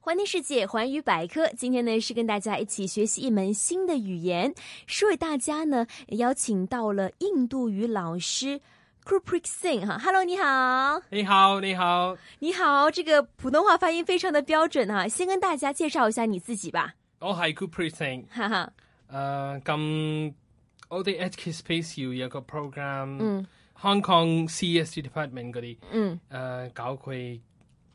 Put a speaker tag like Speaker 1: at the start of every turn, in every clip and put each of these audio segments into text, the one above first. Speaker 1: 环天世界，环宇百科。今天呢，是跟大家一起学习一门新的语言。是为大家呢邀请到了印度语老师 Kuprick Singh 哈，Hello，你好，
Speaker 2: 你好，你好，
Speaker 1: 你好，这个普通话发音非常的标准哈、先跟大家介绍一下你自己吧，
Speaker 2: 我係 Cooper Singh。
Speaker 1: 哈哈，
Speaker 2: 誒，咁我哋 HKSpace 要有個 program，Hong
Speaker 1: 嗯
Speaker 2: Kong CSG Department 嗰啲
Speaker 1: 嗯
Speaker 2: 誒搞佢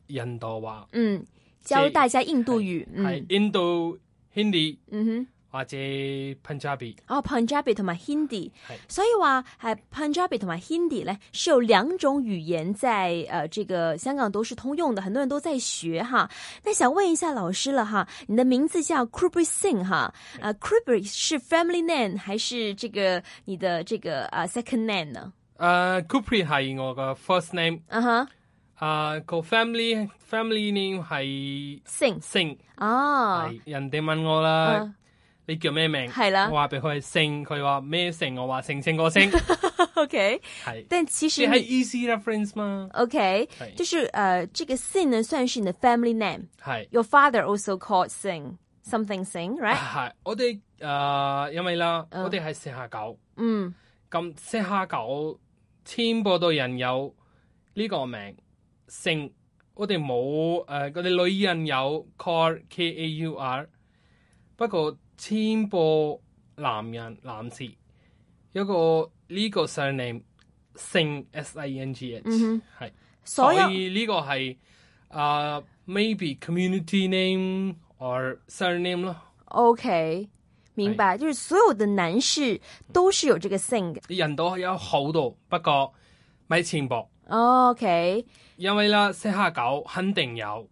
Speaker 2: 印度話，
Speaker 1: 嗯，教大家印度语，
Speaker 2: 係
Speaker 1: 嗯
Speaker 2: 印度 Hindi
Speaker 1: 嗯哼。
Speaker 2: 或者 Punjabi。
Speaker 1: 哦，Punjabi 同埋 Hindi，
Speaker 2: 係
Speaker 1: 所以話係 Punjabi 同埋 Hindi 咧是有兩種語言在呃這個香港都是通用的，很多人都在學哈。那想問一下老師了哈，你的名字叫 Kubrick Singh 哈，呃，Kubrick 是 family name 還是這個你的這個呃 second name 呢？
Speaker 2: 誒 Cooper 係我個 first name，
Speaker 1: 啊哈
Speaker 2: 啊個 family family name 係
Speaker 1: ，Singh
Speaker 2: Singh，
Speaker 1: 哦，
Speaker 2: 係人哋問我啦
Speaker 1: 嗯。
Speaker 2: 你叫咩名？
Speaker 1: 係啦
Speaker 2: 我話俾佢係姓，佢話咩姓？我話姓姓個 姓，
Speaker 1: ，OK，
Speaker 2: 係。
Speaker 1: 但其
Speaker 2: 即
Speaker 1: 實
Speaker 2: 係
Speaker 1: 你
Speaker 2: easy reference 嘛，
Speaker 1: OK，
Speaker 2: 係
Speaker 1: 就是呃這個 Singh 呢算是你的 family name。
Speaker 2: 係
Speaker 1: Your father also called Singh something Singh, right？
Speaker 2: 係我哋誒、呃因為啦，
Speaker 1: 嗯
Speaker 2: 我哋係四下九，
Speaker 1: 嗯。
Speaker 2: 咁四下九千播到人有呢個名姓，我哋冇誒，我哋女人有 car k a u r，不過千播男人男士有個呢個 surname 姓 s i n g h 係、
Speaker 1: 嗯所
Speaker 2: 所
Speaker 1: 有
Speaker 2: 以呢個係啊、m a y b e community name or surname 咯，
Speaker 1: OK，明白，就是所有的男士都是有这个 thing 的。
Speaker 2: 人都有好多，不過咪淺薄，
Speaker 1: OK，
Speaker 2: 因為啦，四下九肯定有，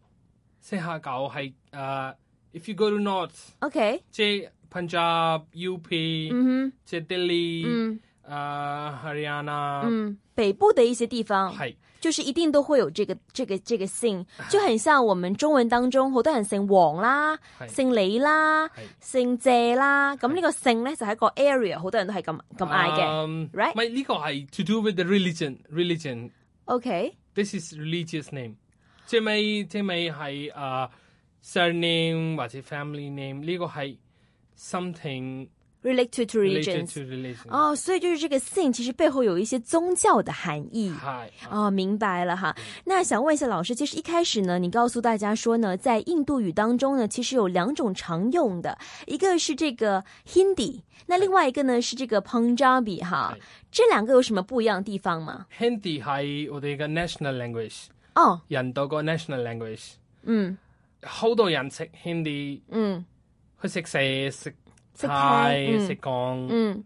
Speaker 2: 四下九係啊、i f you go to north，
Speaker 1: OK，
Speaker 2: 即係 Punjab、UP，、
Speaker 1: 嗯哼，
Speaker 2: 即係 Delhi，
Speaker 1: 嗯
Speaker 2: 啊、Haryana，
Speaker 1: 嗯，北部的一些地方
Speaker 2: 係
Speaker 1: 就是一定都会有这个这个这个姓，就很像我们中文当中好多人姓黃啦、
Speaker 2: 係
Speaker 1: 姓李啦、
Speaker 2: 係
Speaker 1: 姓謝啦，咁呢個姓咧就係一個 area，好多人都係咁咁嗌嘅。
Speaker 2: 嗯
Speaker 1: right？
Speaker 2: Um，咪呢個係 to do with the religion，religion。
Speaker 1: OK，
Speaker 2: This is religious name，即係咪即係咪係啊 uh, surname 或者 family name 呢個係 something
Speaker 1: related to
Speaker 2: related to
Speaker 1: religions。
Speaker 2: 嗯
Speaker 1: Oh.
Speaker 2: religion，
Speaker 1: 哦，所以就是这个姓其实背后有一些宗教的含义。
Speaker 2: 係
Speaker 1: 哦，明白了哈。那想问一下老师，其实一开始呢，你告诉大家说呢，在印度语当中呢，其实有两种常用的，一个是这个 Hindi，那另外一个呢是这个 Punjabi 哈
Speaker 2: 是，
Speaker 1: 这两个有什么不一样的地方吗？
Speaker 2: Hindi 係我哋嘅 national language，
Speaker 1: 哦，
Speaker 2: 印度個 national language，
Speaker 1: 嗯
Speaker 2: 好多人食 Hindi，
Speaker 1: 嗯
Speaker 2: 去食食食
Speaker 1: 食泰嗯
Speaker 2: 食港。
Speaker 1: 嗯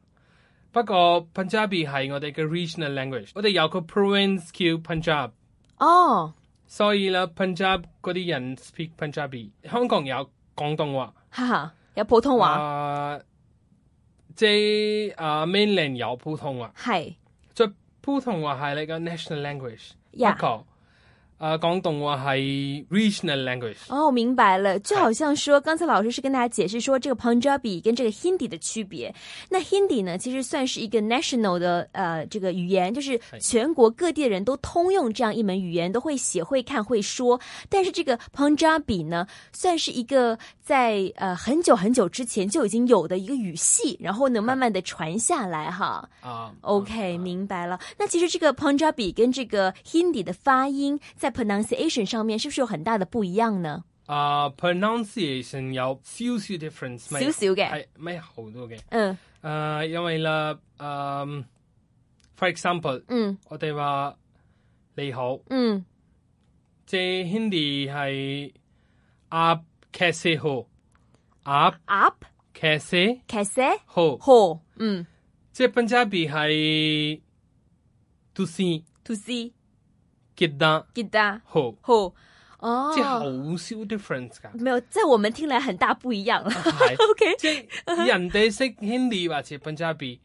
Speaker 2: 不過 Punjabi 係我哋嘅 regional language，我哋有個 province 叫 Punjab。
Speaker 1: 哦，
Speaker 2: 所以啦，Punjab 嗰啲人 speak Punjabi，香港有廣東話，
Speaker 1: 哈哈，有普通话，
Speaker 2: 啊，即係啊 mainland 有普通話，
Speaker 1: 系
Speaker 2: 即普通話係你個 national language，
Speaker 1: 呀
Speaker 2: 不過啊廣東話係 regional language，
Speaker 1: 哦，明白了，就
Speaker 2: 嗨
Speaker 1: 好像说，刚才老师是跟大家解释说这个 Punjabi 跟这个 Hindi 的区别。那 Hindi 呢，其实算是一个 national 的呃这个语言，就是
Speaker 2: 嗨
Speaker 1: 全国各地的人都通用这样一门语言，都会写、会看、会说。但是这个 Punjabi 呢，算是一个在呃很久很久之前就已经有的一个语系，然后呢慢慢的传下来哈。
Speaker 2: 啊
Speaker 1: OK，明白了。那其实这个 Punjabi 跟这个 Hindi 的发音在 pronunciation 上面是不是有很大的不一样呢？
Speaker 2: 啊 pronunciation 有少少 difference，咪
Speaker 1: 少少嘅
Speaker 2: 係咪好多嘅？
Speaker 1: 嗯
Speaker 2: 啊，因為啦，啊，for example，
Speaker 1: 嗯
Speaker 2: 我哋話你好。
Speaker 1: 嗯，
Speaker 2: 即係 Hindi 係 up कैसे हो up
Speaker 1: up
Speaker 2: कैसे
Speaker 1: कैसे
Speaker 2: हो，
Speaker 1: हो，嗯
Speaker 2: 即係 Punjabi 係ਤੁਸੀਂ
Speaker 1: ，to see
Speaker 2: ਕਿੱਦਾਂ
Speaker 1: guitar
Speaker 2: ਹੋ，
Speaker 1: ho，哦，
Speaker 2: 即係好少 difference 㗎。
Speaker 1: 没有，在我们听来很 大不一样了。
Speaker 2: 係
Speaker 1: OK，
Speaker 2: 即係人哋識 Hindi 或者 Punjabi，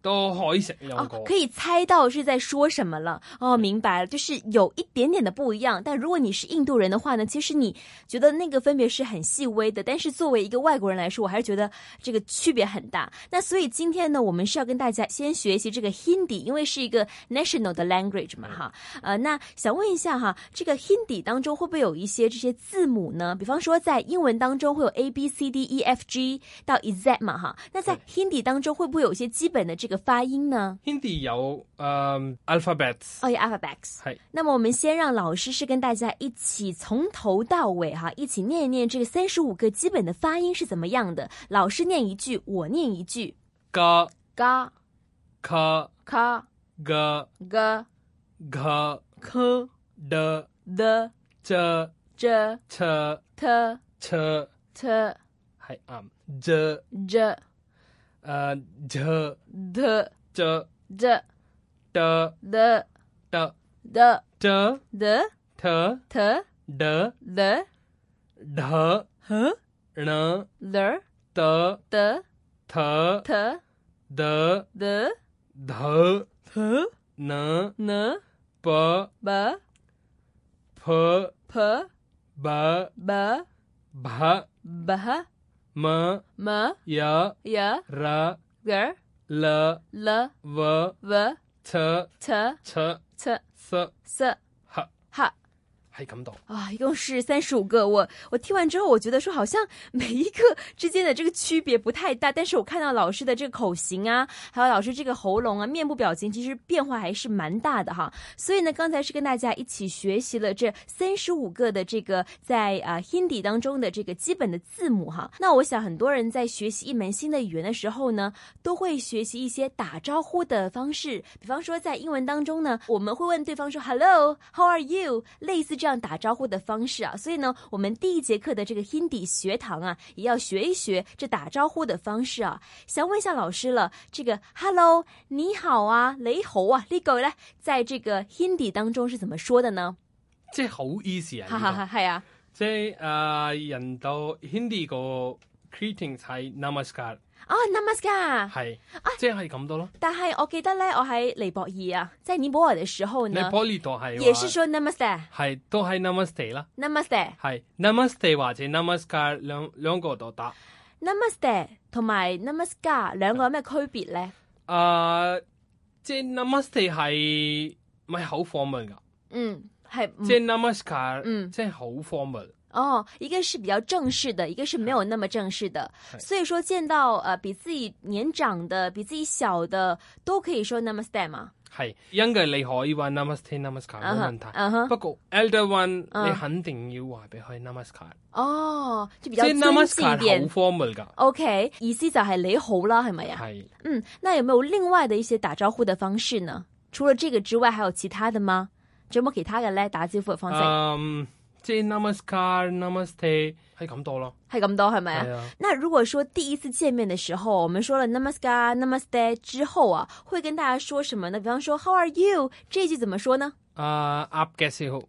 Speaker 2: 都可以食有
Speaker 1: 哦
Speaker 2: 個，。
Speaker 1: 可以猜到是在说什么了。哦，明白了，就是有一点点的不一样。但如果你是印度人的话呢，其实你觉得那个分别是很细微的，但是作为一个外国人来说，我还是觉得这个区别很大。那所以今天呢，我们是要跟大家先学习这个 Hindi，因为是一个 national 的 language 嘛，哈。呃，那想问一下哈，这个 Hindi 当中会不会有一些这些字母呢？比方说在英文当中会有 A B C D E F G 到 Z 嘛，哈。那在 Hindi 当中会不会有一些基本的这个发音呢？
Speaker 2: Hindi 有誒、嗯 alphabets，
Speaker 1: 哦，有 alphabets。
Speaker 2: 係
Speaker 1: 那么我们先让老师是跟大家一起从头到尾哈，一起念一念这个三十五个基本的发音是怎么样的。老师念一句，我念一句。
Speaker 2: ga
Speaker 1: ga
Speaker 2: ka
Speaker 1: ka
Speaker 2: ga
Speaker 1: ga
Speaker 2: ga
Speaker 1: k
Speaker 2: de
Speaker 1: the
Speaker 2: j
Speaker 1: j
Speaker 2: ch
Speaker 1: t
Speaker 2: ch 係
Speaker 1: t
Speaker 2: 啱 j
Speaker 1: j
Speaker 2: 誒 j
Speaker 1: d
Speaker 2: j
Speaker 1: j
Speaker 2: de
Speaker 1: the
Speaker 2: de
Speaker 1: the
Speaker 2: j
Speaker 1: the
Speaker 2: t
Speaker 1: t
Speaker 2: de
Speaker 1: the
Speaker 2: de
Speaker 1: h
Speaker 2: n
Speaker 1: the
Speaker 2: de
Speaker 1: the
Speaker 2: t
Speaker 1: t
Speaker 2: de
Speaker 1: the
Speaker 2: de
Speaker 1: t
Speaker 2: n
Speaker 1: n
Speaker 2: b
Speaker 1: b
Speaker 2: p
Speaker 1: p
Speaker 2: b
Speaker 1: b
Speaker 2: b
Speaker 1: b
Speaker 2: m
Speaker 1: m
Speaker 2: y
Speaker 1: y
Speaker 2: r
Speaker 1: r
Speaker 2: l
Speaker 1: l
Speaker 2: v
Speaker 1: v
Speaker 2: t
Speaker 1: t
Speaker 2: ch
Speaker 1: t
Speaker 2: s
Speaker 1: s
Speaker 2: h
Speaker 1: 哈。
Speaker 2: 係咁讀。
Speaker 1: 啊，一共是三十五个。我我听完之后，我觉得说好像 每一个之间的这个区别不太大，但是我看到老师的这个口型啊，还有老师这个喉咙啊、面部表情，其实变化还是蛮大的哈。所以呢，刚才是跟大家一起学习了这三十五个的这个在啊、呃 Hindi 当中的这个基本的字母哈。那我想很多人在学习一门新的语言的时候呢，都会学习一些打招呼的方式，比方说在英文当中呢，我们会问对方说 “Hello”，“How are you”，类似这样打招呼的方式啊。所以呢，我们第一节课的这个 Hindi 学堂啊，也要学一学这打招呼的方式啊。想问一下老师了，这个 “Hello”，你好啊，你好啊，呢句呢，在这个 Hindi 当中是怎么说的呢？
Speaker 2: 即係好 easy 啊！
Speaker 1: 哈哈
Speaker 2: 呢個
Speaker 1: 哈，系啊，
Speaker 2: 即係啊，人到 Hindi 個 greeting 係 Namaskar，
Speaker 1: 啊 Namaskar。
Speaker 2: 係即係咁多咯。
Speaker 1: 但系我記得呢，我喺尼泊爾啊，在尼泊爾的時候
Speaker 2: 你
Speaker 1: 呢，
Speaker 2: Poly 度係
Speaker 1: 也
Speaker 2: 話
Speaker 1: 是說 Namaste，Namaste。
Speaker 2: 係都係 Namaste 啦，係 Namaste 或者 Namaskar 兩兩個都得。
Speaker 1: Namaste 同埋 Namaskar 兩個有咩區別咧？
Speaker 2: 啊，即係 Namaste 係咪好 formal 噶？
Speaker 1: 嗯，係唔
Speaker 2: 即係 Namaskar，
Speaker 1: 嗯
Speaker 2: 即係好 formal。
Speaker 1: 哦，一個是比較正式的，一個是沒有那麼正式的。
Speaker 2: 是
Speaker 1: 所以說見到呃比自己年長的、比自己小的，都可以說 Namaste 嘛。
Speaker 2: 係應該你可以話 Namaste Namaskar
Speaker 1: 嗯
Speaker 2: 啊冇問
Speaker 1: 哼，
Speaker 2: 題。
Speaker 1: 嗯哼，
Speaker 2: 不過 elder one
Speaker 1: 嗯
Speaker 2: 你肯定要話俾佢 Namaskar，
Speaker 1: 哦，就比
Speaker 2: 即
Speaker 1: 較
Speaker 2: 係
Speaker 1: 尊敬一
Speaker 2: Namaskar
Speaker 1: 點。
Speaker 2: 好 formal 噶，
Speaker 1: OK，意思就係你好啦，係咪呀？
Speaker 2: 係。
Speaker 1: 嗯，那有沒有另外的一些打招呼的方式呢？除了這個之外，還有其他的嗎？仲有冇其他嘅咧打招呼嘅方式？
Speaker 2: 嗯，即係 Namaskar、Namaste 係咁多咯。
Speaker 1: 係咁多係咪啊
Speaker 2: 係？啊，
Speaker 1: 那如果说第一次见面的时候，我们说了 Namaskar、Namaste 之后啊，会跟大家说什么呢？比方说 How are you 这一句怎么说呢
Speaker 2: 啊，up 嘅時候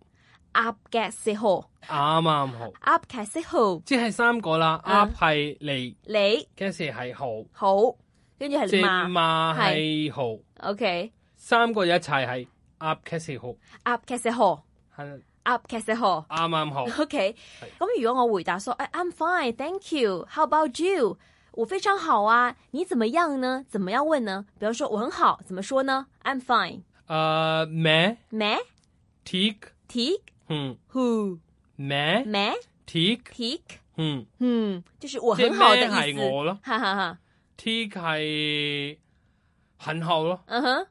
Speaker 1: ？Up get s ho,
Speaker 2: 啱啱好，
Speaker 1: up get s ho，
Speaker 2: 即係三個啦。
Speaker 1: 嗯
Speaker 2: up 係嚟
Speaker 1: 你
Speaker 2: 嘅時係好，
Speaker 1: 好，跟住
Speaker 2: 即
Speaker 1: 係
Speaker 2: 係
Speaker 1: 嘛
Speaker 2: 嘛係好，
Speaker 1: ？OK，up
Speaker 2: 三個一齊係 up 嘅時候
Speaker 1: get s ho,
Speaker 2: 係
Speaker 1: up get s ho。
Speaker 2: 啱啱好。
Speaker 1: OK，咁如果我回答说，哎，I'm fine, thank you. How about you？我非常好啊，你怎么样呢？怎么样问呢？比方说我很好，怎么说呢？I'm fine.
Speaker 2: 啊，咩
Speaker 1: Me
Speaker 2: tick，
Speaker 1: tik
Speaker 2: 嗯，
Speaker 1: who
Speaker 2: 咩
Speaker 1: me
Speaker 2: tick，
Speaker 1: tik
Speaker 2: 嗯，
Speaker 1: 嗯，就是我
Speaker 2: 即係
Speaker 1: 很好的
Speaker 2: 咩
Speaker 1: 意
Speaker 2: 係
Speaker 1: 思。
Speaker 2: 我咯
Speaker 1: 哈哈哈，
Speaker 2: ，tick 係很好咯。
Speaker 1: 嗯哼，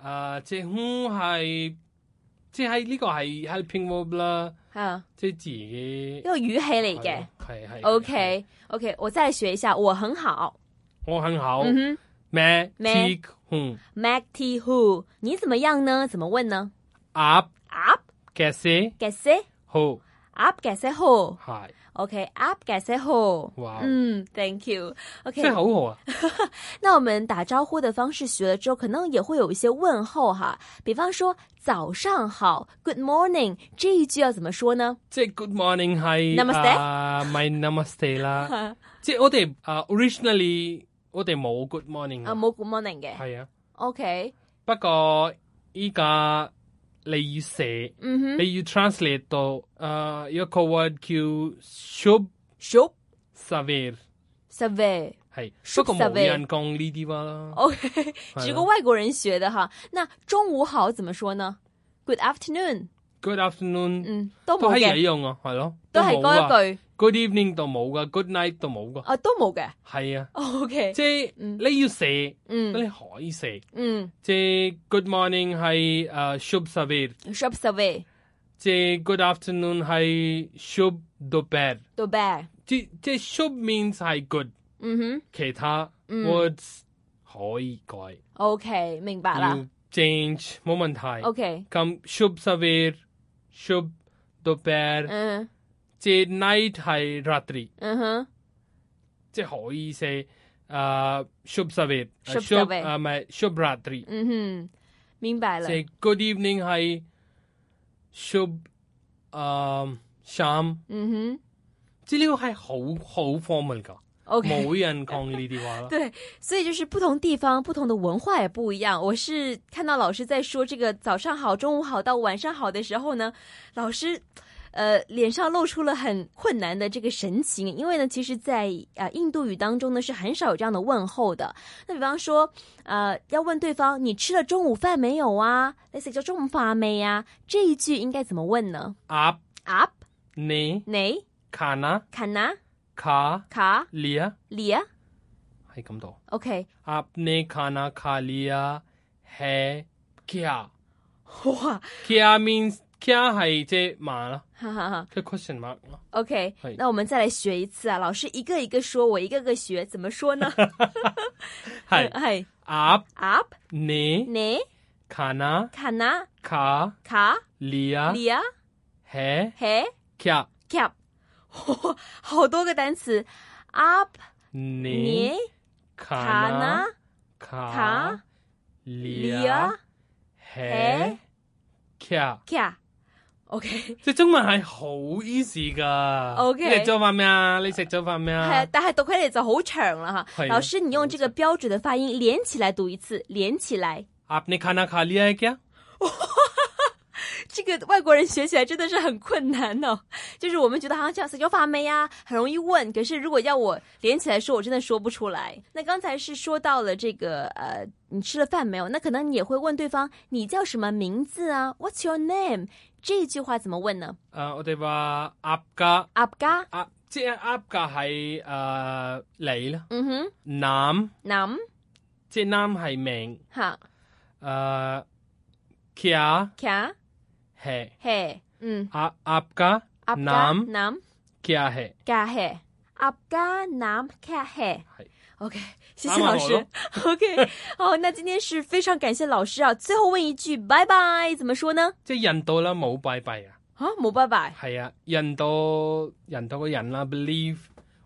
Speaker 2: 啊，即係空係，即係呢個係 helping verb 啦。
Speaker 1: 啊，
Speaker 2: 即係自己
Speaker 1: 一個語氣嚟
Speaker 2: 係
Speaker 1: 嘅
Speaker 2: 咯。係係。係
Speaker 1: OK OK，我再學一下，我很好。
Speaker 2: 我很好
Speaker 1: 嗯哼
Speaker 2: 咩
Speaker 1: 咩
Speaker 2: tick 嗯
Speaker 1: ，Mac T Who，你怎麼樣呢？怎麼問呢
Speaker 2: up
Speaker 1: ？Up
Speaker 2: 嘅事
Speaker 1: g e s e
Speaker 2: 好
Speaker 1: up g e s e Who。
Speaker 2: 係
Speaker 1: OK，up g e s e Who。
Speaker 2: 哇，
Speaker 1: 嗯，Thank you。OK，
Speaker 2: 真係好好啊！
Speaker 1: 那我们打招呼的方式学了之后，可能也会有一些问候哈，比方说早上好，Good morning 这一句要怎么说呢？
Speaker 2: 即係 good morning 係
Speaker 1: Namaste？
Speaker 2: 啊咪 namaste 啦。
Speaker 1: 哈
Speaker 2: 即係我哋啊 à, originally 我哋冇 good morning
Speaker 1: 啊
Speaker 2: 嘅，
Speaker 1: 冇 good morning 嘅
Speaker 2: 係啊。
Speaker 1: ，OK，
Speaker 2: 不過依家你要寫，
Speaker 1: 嗯哼
Speaker 2: 你要 translate à, 到誒一個 word 叫 should
Speaker 1: ，shop
Speaker 2: saber，
Speaker 1: survey。
Speaker 2: 係。不
Speaker 1: Should
Speaker 2: 過冇
Speaker 1: saber
Speaker 2: 人講呢啲話啦。
Speaker 1: OK，
Speaker 2: 係
Speaker 1: 只
Speaker 2: 啦
Speaker 1: 跟外国人学的哈。那中午好怎么说呢？Good afternoon，
Speaker 2: Good afternoon，
Speaker 1: 嗯，都
Speaker 2: 都
Speaker 1: 冇
Speaker 2: 係
Speaker 1: 嘅，
Speaker 2: 一樣啊，係咯，
Speaker 1: 都係
Speaker 2: 係
Speaker 1: 嗰一句，
Speaker 2: à. Good evening 都冇噶，Good night à. 都冇噶，
Speaker 1: 啊，都冇嘅。
Speaker 2: 係啊，
Speaker 1: OK，
Speaker 2: 即係
Speaker 1: 嗯
Speaker 2: 你要寫，
Speaker 1: 嗯
Speaker 2: 你可以寫，
Speaker 1: 嗯
Speaker 2: 即係 Good morning uh, 係誒 shub saber，
Speaker 1: 嗯，shop survey
Speaker 2: 即係 Good afternoon 係 shub do bed，
Speaker 1: 都 bad，
Speaker 2: 即即係 shub means 係 good，
Speaker 1: 嗯哼
Speaker 2: 其他
Speaker 1: 嗯
Speaker 2: words 可以改，
Speaker 1: ，OK，明白
Speaker 2: 要
Speaker 1: 啦。
Speaker 2: change 冇問題。
Speaker 1: OK，
Speaker 2: 咁 shub saber，shub do bed，
Speaker 1: 嗯
Speaker 2: 即係 night 係 ratri。
Speaker 1: 嗯哼
Speaker 2: 即係可以 say 啊 shub savet
Speaker 1: Shub
Speaker 2: shub
Speaker 1: Sabir
Speaker 2: 啊唔係 shub uh, ratri，
Speaker 1: 嗯哼，明白
Speaker 2: 即
Speaker 1: 了。
Speaker 2: 係 good evening 係 shub 啊 um, sham，
Speaker 1: 嗯哼
Speaker 2: 即係呢個係好好 formal 噶，
Speaker 1: ，OK。
Speaker 2: 冇人講呢啲 話啦。
Speaker 1: 对，所以就是不同地方、不同的文化也不一样。我是看到老师在说这个早上好、中午好到晚上好的时候呢，老师。呃，脸上露出了很困难的这个神情，因为呢，其实在，呃印度语当中呢是很少有这样的问候的。那比方说，呃，要问对方你吃了中午饭没有啊？类似叫中午饭没呀、这一句应该怎么问呢
Speaker 2: Up
Speaker 1: ？Up
Speaker 2: 你
Speaker 1: ne
Speaker 2: kana
Speaker 1: kana
Speaker 2: ka
Speaker 1: ka
Speaker 2: lia
Speaker 1: lia
Speaker 2: 係咁多。
Speaker 1: OK，
Speaker 2: Upne kana ka lia hai kya
Speaker 1: 哇，
Speaker 2: kya means kya 係即係嘛啦，
Speaker 1: 哈哈哈。
Speaker 2: 即係 question mark 啦。
Speaker 1: OK，
Speaker 2: 嗨
Speaker 1: 那我们再来学一次啊！老师一个一个说，我一个个学，怎么说呢？
Speaker 2: 係
Speaker 1: 嗨
Speaker 2: Upne
Speaker 1: ，up ne
Speaker 2: kana
Speaker 1: kana
Speaker 2: ka
Speaker 1: ka
Speaker 2: लिया
Speaker 1: lia
Speaker 2: है
Speaker 1: he
Speaker 2: क्या
Speaker 1: cap，好多个单词，up ne
Speaker 2: ने खाना
Speaker 1: kana
Speaker 2: खा
Speaker 1: ka
Speaker 2: लिया
Speaker 1: lia
Speaker 2: है क्या
Speaker 1: ca。OK，
Speaker 2: 即係中文係好 easy 噶。
Speaker 1: OK
Speaker 2: 你食咗飯未啊？你食咗飯未啊
Speaker 1: 系，？但系读起嚟就好长啦
Speaker 2: 係
Speaker 1: 哈。
Speaker 2: 啊
Speaker 1: 老师，你用这个标准的发音连起来读一次，连起来。
Speaker 2: आपने खाना खा लिया है क्या？
Speaker 1: 这个外国人学起来真的是很困难哦。 就是我们觉得好像像 s 有法没呀，啊很容易问。可是如果要我连起来说，我真的说不出来。那刚才是说到了这个呃，你吃了饭没有？那可能你也会问对方你叫什么名字啊？What's your name？这一句话怎么问呢
Speaker 2: 誒，我哋話鴨架，
Speaker 1: a b g a
Speaker 2: 鴨即係鴨架係誒你啦。
Speaker 1: 嗯哼
Speaker 2: 男
Speaker 1: nam
Speaker 2: 即係男係名
Speaker 1: 哈
Speaker 2: 誒，क्या
Speaker 1: ，kya
Speaker 2: है
Speaker 1: he，嗯
Speaker 2: आ- आपका
Speaker 1: a b g a
Speaker 2: नाम
Speaker 1: nam
Speaker 2: क्या है？
Speaker 1: ga he。a b g a nam kya he。OK，谢谢
Speaker 2: 阿
Speaker 1: 老
Speaker 2: 嬷
Speaker 1: 师
Speaker 2: 咯。
Speaker 1: OK，好，那今天是非常感谢老师啊。最后问一句，拜拜，怎么说呢？
Speaker 2: 即係印度啦，冇拜拜啊，
Speaker 1: 啊，冇拜拜。
Speaker 2: 係啊，印度印度嘅人啦，believe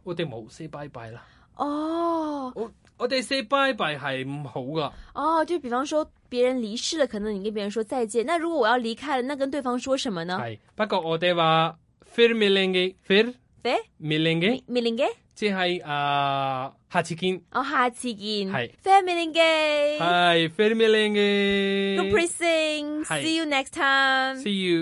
Speaker 2: 我哋冇 say 拜拜啦，
Speaker 1: 哦
Speaker 2: 我我哋 say 拜拜係唔好噶，
Speaker 1: 哦，就比方说别人离世了，可能你跟别人说再见。那如果我要离开了，那跟对方说什么呢？
Speaker 2: 係不過我哋話 fir milenge fir
Speaker 1: 喂，
Speaker 2: milenge，
Speaker 1: 米米林嘅，
Speaker 2: 即係啊下次見，
Speaker 1: 哦，下次見。
Speaker 2: 係
Speaker 1: family 嘅
Speaker 2: 係 fir
Speaker 1: ，good
Speaker 2: milenge，see
Speaker 1: pressing，see
Speaker 2: 係
Speaker 1: you next time。
Speaker 2: you。